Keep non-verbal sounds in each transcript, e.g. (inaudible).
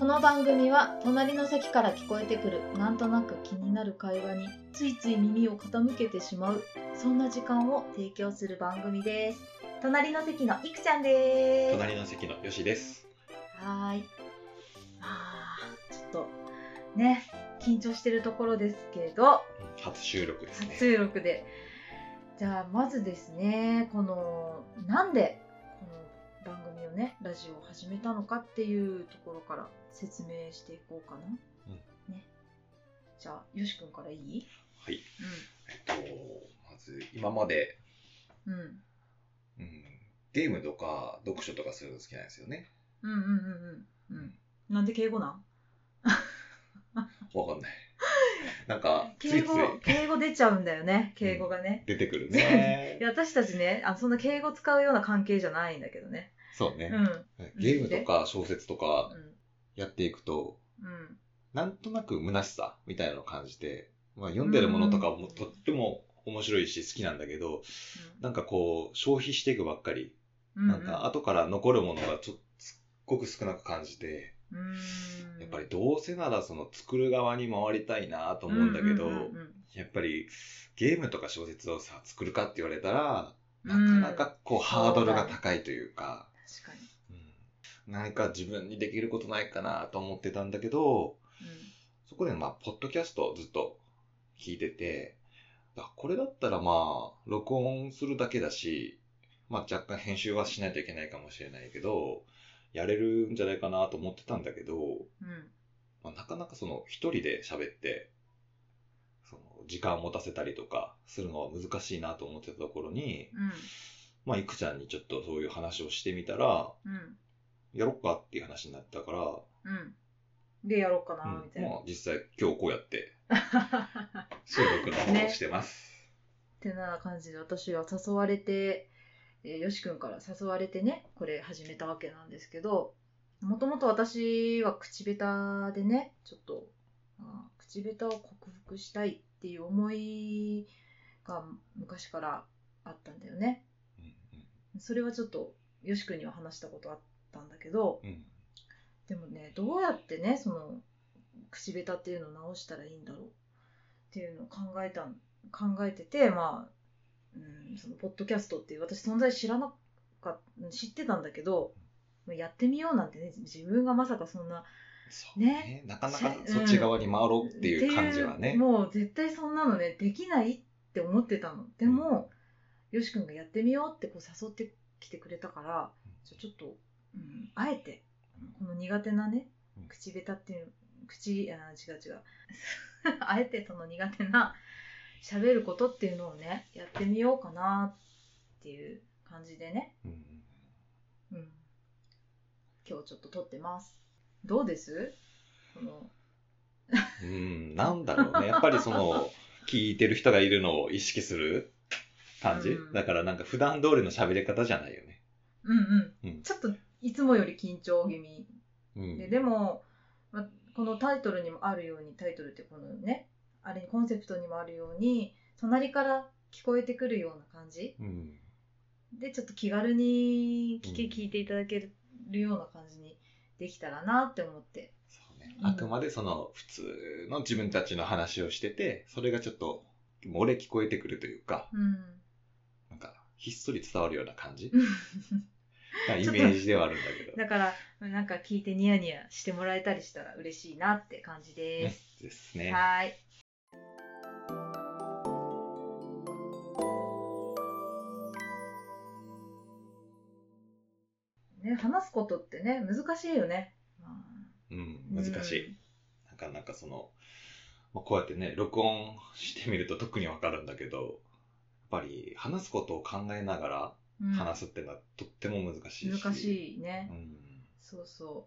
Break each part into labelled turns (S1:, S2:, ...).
S1: この番組は隣の席から聞こえてくるなんとなく気になる会話についつい耳を傾けてしまうそんな時間を提供する番組です隣の席のいくちゃんです
S2: 隣の席のよしです。
S1: はーいまあちょっとね緊張してるところですけど
S2: 初収録ですね。
S1: 初収録でじゃあまずですねこのなんでこの番組をねラジオを始めたのかっていうところから説明していこうかな、ねじゃあよし君からいい
S2: はい。えっと、まず今まで、
S1: うん、うん、
S2: うん、ゲームとか読書とかするの好きなんですよね。
S1: うんうんうんうんうんなんで敬語なん
S2: わかんない。なんか、つ
S1: 敬
S2: いつい
S1: 語敬語出ちゃうんだよね敬語がね、
S2: 出てくる
S1: い
S2: ね。
S1: や私たちねあそんな敬語使うような関係じゃないんだけどね
S2: そう
S1: う
S2: ね
S1: んう、ん
S2: ゲームとか小説とか
S1: う
S2: やっていくと、
S1: ん
S2: なんとなく虚しさみたいなのを感じて、まあ、読んでるものとかも
S1: うん
S2: とっても面白いし好きなんだけど、なんかこう、消費していくばっかり、
S1: うん
S2: なんか後から残るものがちょっとすっごく少なく感じて、
S1: うーん
S2: やっぱりどうせならその作る側に回りたいなと思うんだけど、
S1: うんうんうん
S2: やっぱりゲームとか小説をさ作るかって言われたら
S1: う
S2: なんかなかこう、ハードルが高いというか、
S1: 確か
S2: うん、何か自分にできることないかなと思ってたんだけど
S1: に、
S2: そこでまあポッドキャストをずっと聞いててあこれだったらまあ録音するだけだし、まあ、若干編集はしないといけないかもしれないけどやれるんじゃないかなと思ってたんだけど
S1: うんうん
S2: まあ、なかなかその一人で喋ってその時間を持たせたりとかするのは難しいなと思ってたところに、まあ、いくちゃんにちょっとそういう話をしてみたら
S1: うん
S2: やろっかっていう話になったから、
S1: うんうんでやろうか
S2: うん
S1: なみたいな、
S2: まあ、実際今日こうやって収録の方をしてます。
S1: (laughs) ってな感じで私は誘われて、えーよし君から誘われてねこれ始めたわけなんですけどもともと私は口下手でねちょっとあー口下手を克服したいっていう思いが昔からあったんだよね
S2: うん
S1: それはちょっとよし君には話したことあったんだけど、
S2: うんうん
S1: でもねどうやってねその口下手っていうのを直したらいいんだろうっていうのを考えたん考えててまあ、うん、そのポッドキャストっていう私存在知らなかった知ってたんだけどまあやってみようなんてね自分がまさかそんな
S2: そうねなかなかそっち側に回ろうっていう感じ
S1: っ
S2: はね
S1: ていう。もう絶対そんなのねできないって思ってたのでも、よし君がやってみようってこう誘ってきてくれたからじゃあちょっと、うん、あえてこの苦手なね
S2: うん
S1: 口下手っていう口あー違う違 (laughs) うあえてその苦手な喋ることっていうのをねやってみようかなっていう感じでね、
S2: うんうん
S1: うん、今日ちょっと撮ってますどうですこの
S2: うん、なんだろうね。やっぱりその、聞いてる人がいるのを意識する感じ、
S1: うん
S2: だからなんか普段通りの喋り方じゃないよね。
S1: うんうん、
S2: うん
S1: ちょっといつもより緊張気味
S2: うん。
S1: ででも、ま、このタイトルにもあるようにタイトルってこのねあれにコンセプトにもあるように隣から聞こえてくるような感じ
S2: うん。
S1: でちょっと気軽に聞け
S2: うん
S1: 聞いていただけるような感じにできたらなって思って、
S2: そうね。
S1: うん
S2: あくまでその、普通の自分たちの話をしてて、それがちょっと漏れ聞こえてくるというか、
S1: うん、
S2: なんか、ひっそり伝わるような感じなイメージではあるんだけど。
S1: だからなんか聞いてニヤニヤしてもらえたりしたら嬉しいなって感じです。
S2: ですね。
S1: はーい。ね話すことってね難しいよね。ま
S2: うん、
S1: あ
S2: 難しい。。なかなかその、まあ、こうやってね、録音してみると特にわかるんだけど、やっぱり話すことを考えながら、
S1: うんうん
S2: 話すってのはとっても難しいし
S1: 難しいね。
S2: うん
S1: そうそ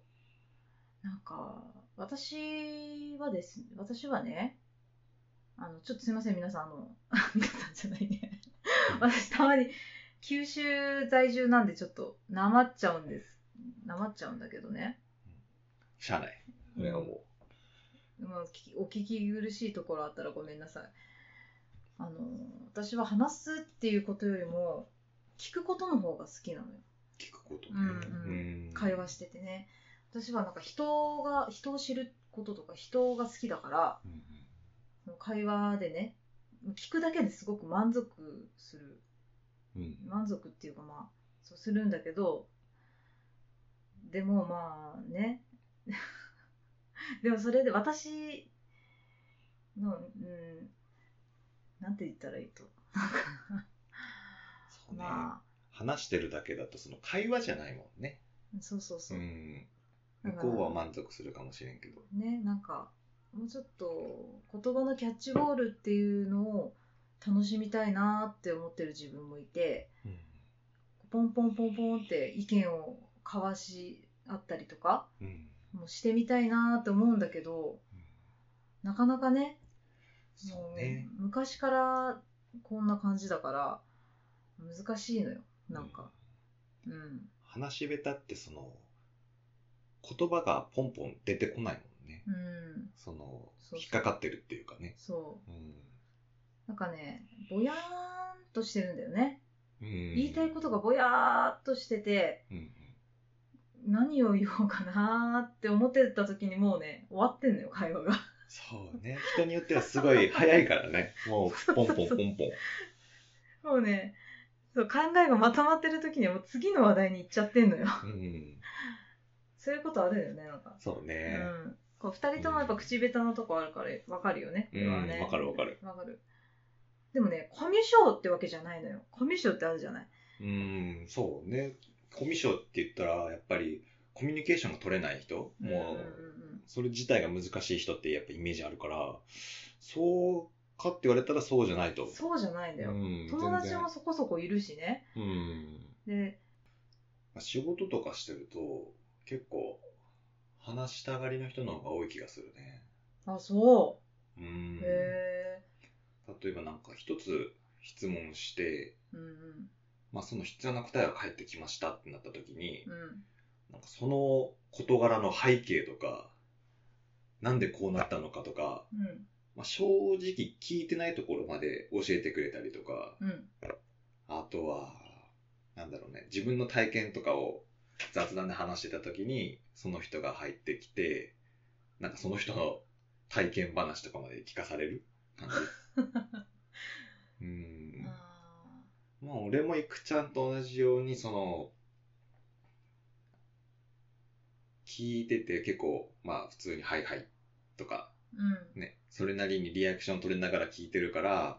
S1: う。なんか、私はですね、私はね、あの、ちょっとすいません、皆さん、あの、皆さんじゃないね。私、たまに、九州在住なんで、ちょっと、なまっちゃうんです。なまっちゃうんだけどね。
S2: しゃあないそれはも
S1: まあ、聞きお聞き苦しいところあったらごめんなさい。あの私は話すっていうことよりも聞くことの方が好きなのよ
S2: 聞くことね
S1: うん
S2: うん
S1: 会話しててね私はなんか人が人を知ることとか人が好きだから
S2: うんうん
S1: 会話でね聞くだけですごく満足する
S2: うん
S1: 満足っていうかまあそうするんだけどでもまあね (laughs) でもそれで私のうんなんて言ったらいいと
S2: そうね、
S1: ま
S2: 話してるだけだとその会話じゃないもんね、
S1: あそうそうそうう、
S2: ん、
S1: だ
S2: 向
S1: から
S2: こうは満足するかもしれんけど
S1: ねなんかもうちょっと言葉のキャッチボールっていうのを楽しみたいなって思ってる自分もいて
S2: うん
S1: ポンポンポンポンって意見を交わし合ったりとか
S2: うん
S1: もうしてみたいなって思うんだけどなかなかね
S2: そうね
S1: もう昔からこんな感じだから難しいのよなん
S2: う
S1: かうん、
S2: 話し下手ってその言葉がポンポン出てこないもんね
S1: うん
S2: その
S1: そうそう
S2: 引っかかってるっていうかね
S1: そ
S2: うん
S1: うなんかねぼやーんとしてるんだよね、
S2: うん
S1: 言いたいことがぼやーっとしてて
S2: うんうん
S1: 何を言おうかなーって思ってた時にもうね終わってんのよ会話が (laughs)
S2: そうね人によってはすごい早いからねもうポンポンポンポン
S1: もうねそう考えがまとまってる時にはもう次の話題に行っちゃってんのよ (laughs)
S2: うん
S1: そういうことあるよねなんか
S2: そうね
S1: うんこう2人ともやっぱ口下手なとこあるから分かるよね。
S2: う
S1: これ
S2: ん
S1: は
S2: わ、
S1: ね
S2: かるわかる
S1: わかる。でもね、コミュ障ってわけじゃないのよ。コミュ障ってあるじゃない。
S2: うんそうねコミュ障って言ったらやっぱりコミュニケーションが取れない人
S1: んんん
S2: もうそれ自体が難しい人ってやっぱイメージあるからそうかって言われたらそうじゃないと
S1: うんそうじゃないんだよ。
S2: うん
S1: 友達
S2: 全
S1: もそこそこいるしね。
S2: 然うん
S1: で、
S2: まあ仕事とかしてると結構話したがりの人の方が多い気がするね
S1: あ、そうう。
S2: ん
S1: へ
S2: 例えばなんか一つ質問して、
S1: え。うんうん
S2: まあ、その必要な答えが返ってきましたってなった時に、
S1: うん。
S2: なんかその事柄の背景とかなんでこうなったのかとか、
S1: うん
S2: まあ、正直聞いてないところまで教えてくれたりとか
S1: うん。
S2: あとは、なんだろうね、自分の体験とかを雑談で話してた時に、その人が入ってきて、なんかその人の体験話とかまで聞かされる感じ。うーん。
S1: あ
S2: まあ、俺もいくちゃんと同じように、その、聞いてて結構、まあ、普通に、はいはいとか、
S1: ーうん
S2: ね、それなりにリアクション取れながら聞いてるから、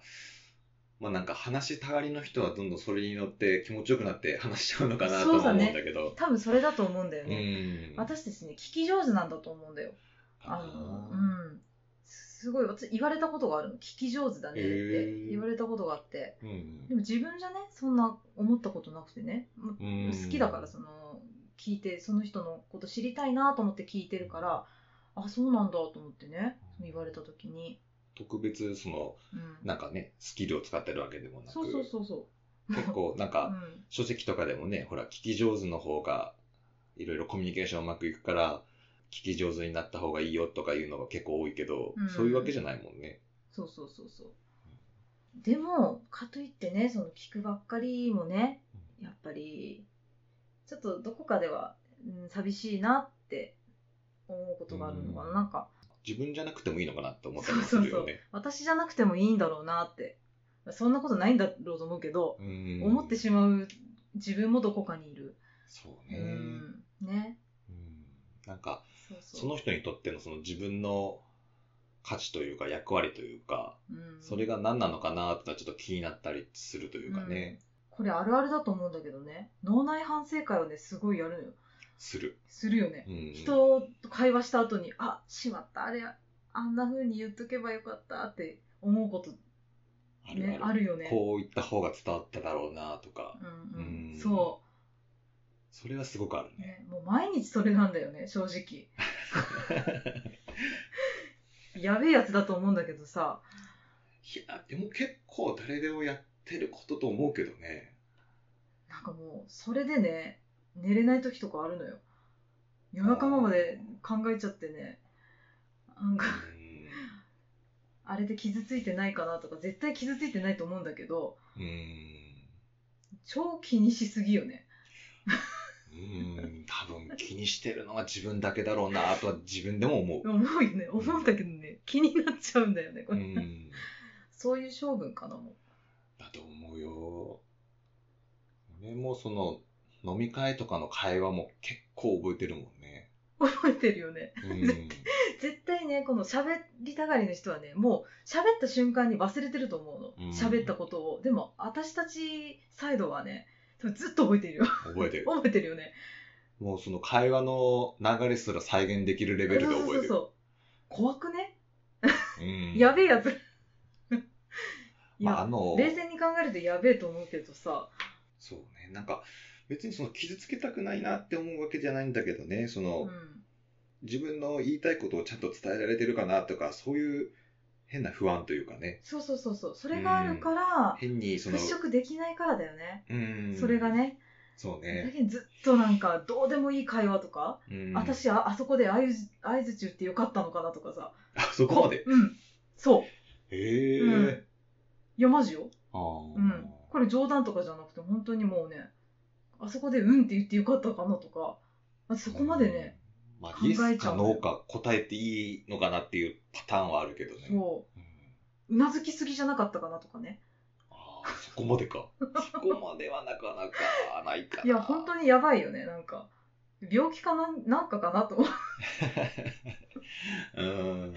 S2: まあなんか話したがりの人はどんどんそれに乗って気持ちよくなって話しちゃうのかな
S1: そ
S2: とも
S1: う
S2: 思う
S1: だ
S2: ん
S1: ね
S2: だけど。
S1: 多分それだと思うんだよ
S2: う
S1: ね。
S2: ん。
S1: 私たちね、聞き上手なんだと思うんだよ。
S2: か
S1: あ
S2: な
S1: の、うん。すごい、私言われたことがあるの。聞き上手だねっ
S2: へ
S1: て
S2: ー
S1: 言われたことがあって。
S2: うん
S1: でも自分じゃね、そんな思ったことなくてね。ま
S2: うん
S1: 好きだから、その、聞いて、その人のこと知りたいなと思って聞いてるから、あ、そうなんだと思ってね、その言われた時に。
S2: 特別その、
S1: うん。
S2: なんかね、スキルを使ってるわけでもなく、
S1: そうそうそうそ
S2: 結構なん
S1: う。う
S2: か
S1: ん。
S2: 書籍とかでもね、ほら、聞き上手の方が、いろいろコミュニケーションうまくいくから、聞き上手になった方がいいよとかいうのが結構多いけど、
S1: うん
S2: そういうわけじゃないもんね。
S1: そうそうそうそう。でも、かといってね、その聞くばっかりもね、やっぱり、ちょっとどこかでは、うん、寂しいなって思うことがあるのかな。
S2: うん
S1: なんか、
S2: 自分じゃなくてもいいのかなって思ったりもするよね。
S1: 私じゃなくてもいいんだろうなってそんなことないんだろうと思うけど、
S2: うん
S1: 思ってしまう自分もどこかにいる、
S2: そう
S1: う
S2: ね、
S1: んね
S2: うんなんか
S1: そうそう
S2: その人にとってのその自分の価値というか役割というか、
S1: うん
S2: それが何なのかなとかちょっと気になったりするというかね、
S1: これあるあるだと思うんだけどね脳内反省会をねすごいやるのよ
S2: する、
S1: するよね、
S2: うん
S1: 人と会話した後にあしまったあれあんな風に言っとけばよかったって思うこと
S2: あるあ
S1: ね
S2: る
S1: あるよね
S2: こういった方が伝わっただろうなとか
S1: うんうん
S2: うん
S1: そ
S2: それはすごくある
S1: う、
S2: ね、
S1: ね、もう毎日それなんだよね正直
S2: (laughs)
S1: やべえやつだと思うんだけどさ
S2: いやでも結構誰でもやってることと思うけどね
S1: なんかもうそれでね寝れない時とかあるのよ夜中まで考えちゃってねなんか
S2: うん
S1: あれで傷ついてないかなとか絶対傷ついてないと思うんだけど
S2: うーん。
S1: 超気にしすぎよね
S2: うーん、多分気にしてるのは自分だけだろうなとは自分でも思う。
S1: 思うよね思うんだけどね気になっちゃうんだよねこ
S2: う
S1: れ、
S2: ん。
S1: そういう性分かなも
S2: だと思うよ。俺もその、飲み会とかの会話も結構覚えてるもんね。
S1: う (laughs) 覚えてるよね
S2: うん。
S1: 絶対ねこの喋りたがりの人はねもう喋った瞬間に忘れてると思う
S2: うん
S1: の喋ったことをでも私たちサイドはね多分ずっと覚えてるよ (laughs)
S2: 覚えてる。
S1: 覚えてるよね
S2: もうその会話の流れすら再現できるレベルで覚えて
S1: そう
S2: る。
S1: そうそう怖くね、
S2: うん
S1: やべえやつい
S2: (laughs)
S1: や、
S2: まあ、あの、
S1: 冷静に考えるとやべえと思うけどさ
S2: そうね、なんか、別にその傷つけたくないなって思うわけじゃないんだけどね、その、
S1: うん
S2: 自分の言いたいことをちゃんと伝えられてるかなとか、そういう変な不安というかね、
S1: そうそうそうそうそれがあるから
S2: 変にその、
S1: 払拭できないからだよね、
S2: うん、
S1: それが。ね
S2: そ
S1: だ
S2: うね。
S1: けどずっとなんかどうでもいい会話とか、
S2: うん、
S1: 私ああそこで合図合図中ってよかったのかなとかさ
S2: あ、そこまで。
S1: うんそう
S2: へえ。
S1: うんいやマジよ、
S2: あー
S1: うん、これ冗談とかじゃなくて本当にもうねあそこでうんって言ってよかったかなとかあそこまでね、、
S2: まあ、
S1: 考
S2: イエ
S1: えちゃう
S2: スかノーか答えていいのかなっていうパターンはあるけどね。
S1: そう
S2: うん
S1: うなずきすぎじゃなかったかなとかね
S2: あーそこまでか。そこまではなかなかないかな。
S1: いや本当にやばいよねなんか病気かななんかかなと思う
S2: うーん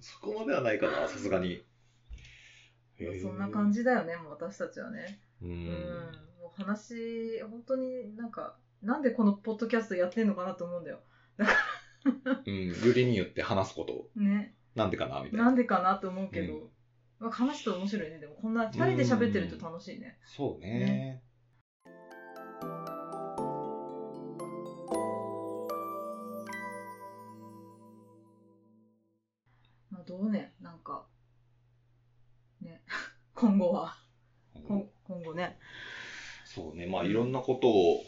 S2: そこまではないかな、さすがに。
S1: そんな感
S2: じ。
S1: じだよねもう私たちはね
S2: う
S1: うん
S2: ん。
S1: もう話本当になんかなんでこのポッドキャストやってんのかなと思うんだよ
S2: うん。よりによって話すこと、
S1: ね
S2: なんでかな、みたいな。
S1: なんでかなと思うけど、
S2: うん
S1: まあ話すと面白いねでもこんな2人で喋ってると楽しいね
S2: そうね。
S1: ねまあ、どうね、なんか、ね、 (laughs) 今後は、今今後ね。
S2: そうね。まあ、いろんなことを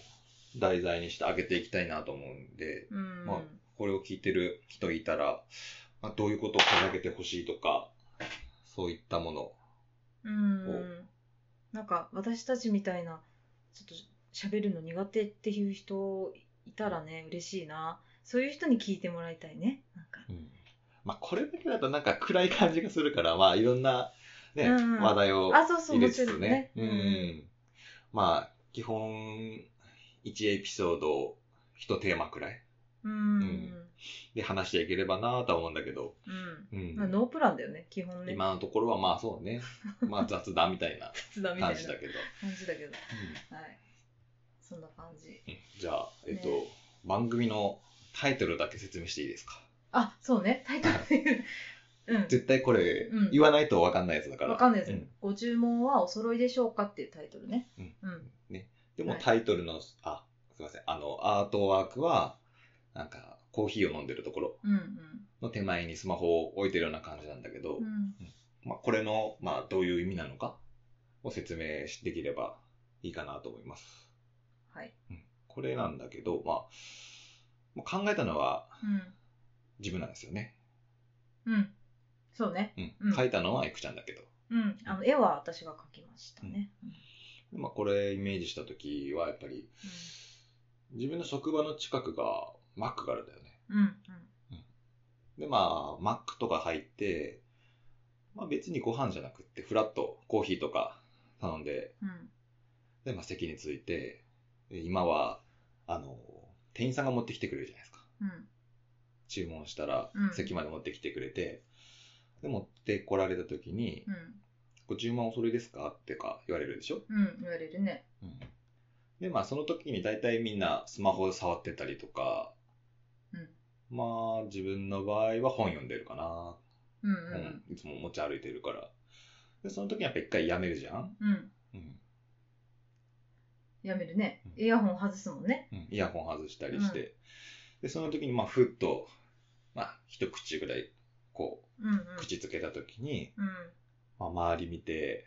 S2: 題材にしてあげていきたいなと思うんで、
S1: うん。
S2: まあこれを聞いてる人いたら、まあ、どういうことを掲げてほしいとか、そういったもの。
S1: うん。なんか、私たちみたいな、ちょっと喋るの苦手っていう人いたらね、嬉しいな。そういう人に聞いてもらいたいね。なんか。
S2: うんまあ、これだけだとなんか暗い感じがするから、まあ、いろんな、ね、
S1: うんうん
S2: 話題を
S1: あ、そうそう、
S2: 入れ
S1: も
S2: つ
S1: ちろ
S2: つ
S1: ん
S2: ね
S1: ね。。
S2: うん。まあ、基本、1エピソード、1テーマくらい
S1: うん。
S2: うんで話していければなぁとは思うんだけど、
S1: うん。
S2: うん
S1: まあ、ノープランだよね、基本ね。
S2: 今のところはまあそ
S1: (laughs)
S2: うね、まあ雑談みたいな
S1: 雑談みたい
S2: 感
S1: な
S2: じだけど。
S1: 感じだけど。
S2: う
S1: はい。そんな感じ。
S2: んじゃあ、えっと、
S1: ね
S2: 番組のタイトルだけ説明していいですか
S1: あ、そうね、タイトルで言う。うん。
S2: 絶対これ
S1: うん、
S2: 言わないとわかんないやつだから。
S1: わかんないです、
S2: うん
S1: ご注文はお揃いでしょうかっていうタイトルね。
S2: うん
S1: うん。
S2: でも
S1: はい
S2: タイトルの、あ、すいません、あの、アートワークは、なんか、コーヒーを飲んでるところ
S1: うん。
S2: の手前にスマホを置いてるような感じなんだけど、
S1: うん。うん。
S2: まあ、これの、まあ、どういう意味なのかを説明できればいいかなと思います。
S1: はい。
S2: これなんだけど、まあ、もう考えたのは
S1: う
S2: 自分なんですよね。
S1: ん。うん。そうね。
S2: う。
S1: うんん
S2: 書いたのはいくちゃんだけど。
S1: うん。あの、絵は私が描きましたね。
S2: でまあ、これイメージした時は、やっぱり、自分の職場の近くが、マックがあるんだよね。
S1: うん。うん。
S2: で、まあ、マックとか入って、まあ別にご飯じゃなくって、フラットコーヒーとか頼んで、
S1: うん。うん
S2: で、まあ席について、で今は、あの、店員さんが持ってきてくれるじゃないですか。
S1: うん。
S2: 注文したら
S1: う、ん
S2: 席まで持ってきてくれて、で、持ってこられた時に、
S1: うん。
S2: ご注文おそれですかってか言われるでしょ、
S1: うん。言われるね。
S2: うん、で、まあその時に大体みんなスマホ触ってたりとか、
S1: うん
S2: まあ自分の場合は本読んでるかな
S1: うん。う
S2: うん
S1: ん。、
S2: いつも持ち歩いてるから。で、その時にやっぱ一回やめるじゃん、
S1: うん。
S2: うん、
S1: やめるね。
S2: うん
S1: イヤホン外すもんね。
S2: イヤホン外したりして。で、その時に、まあ、ふっと、まあ、一口ぐらい、こ
S1: うん。うん。
S2: う、口つけた時に、
S1: うん。
S2: まあ、周り見て、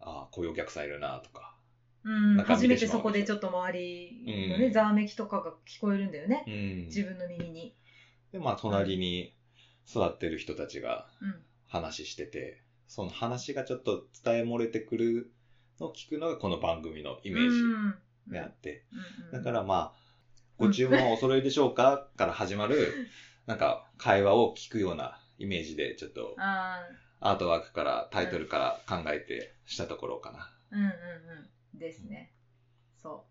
S2: ああ、こういうお客さんいるな、とか。
S1: うん、
S2: 中
S1: 初
S2: 見
S1: め
S2: てしてまう
S1: そこでちょっと周りのね、
S2: うん
S1: ざわめきとかが聞こえるんだよね、
S2: うん。
S1: 自
S2: で、
S1: 分の耳に。
S2: まあ、隣に座ってる人たちが、
S1: うん、
S2: 話してて、その話がちょっと伝え漏れてくるのを聞くのがこの番組のイ
S1: イ
S2: メージ
S1: ジ
S2: であって、
S1: うん
S2: だからまあ、ご注文はお揃いでしょうかから始まる、なんか会話を聞くようなイメージで、ちょっと
S1: あ
S2: アートワークからタイトルから考えてしたところかな。
S1: ーうんうんうんですねそ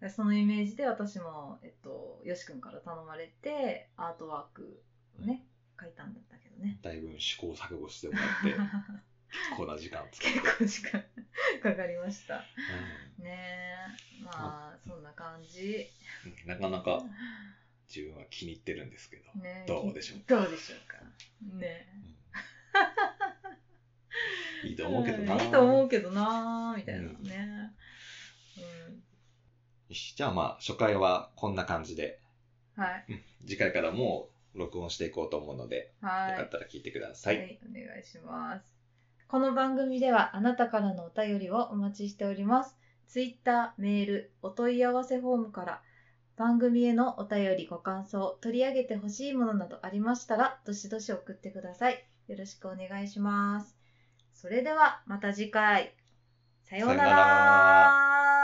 S1: うでそのイメージで私もえっとよし君から頼まれてアートワークをね書いたんだったけどね
S2: だいぶ試行錯誤しても
S1: (laughs)
S2: らって、結構な時間使って。
S1: 結構時間かかりました
S2: うん
S1: ねえまあそんな感じ
S2: うんなかなか自分は気に入ってるんですけど。
S1: ねえ
S2: どうでしょう
S1: どうでしょうかねえ
S2: うんいいと思うけどな。
S1: んいいと思うけどなみたいなね
S2: うん
S1: うん、
S2: よしじゃあまあ初回はこんな感じで、
S1: はい
S2: 次回からもう録音していこうと思うので、
S1: はい
S2: よかったら聞いてください。
S1: はい、お願いします。この番組ではあなたからのお便りをお待ちしております。ツイッター、メール、お問い合わせフォームから番組へのお便り、ご感想、取り上げてほしいものなどありましたら、どしどし送ってください。よろしくお願いします。それではまた次回。さような
S2: さような
S1: ら。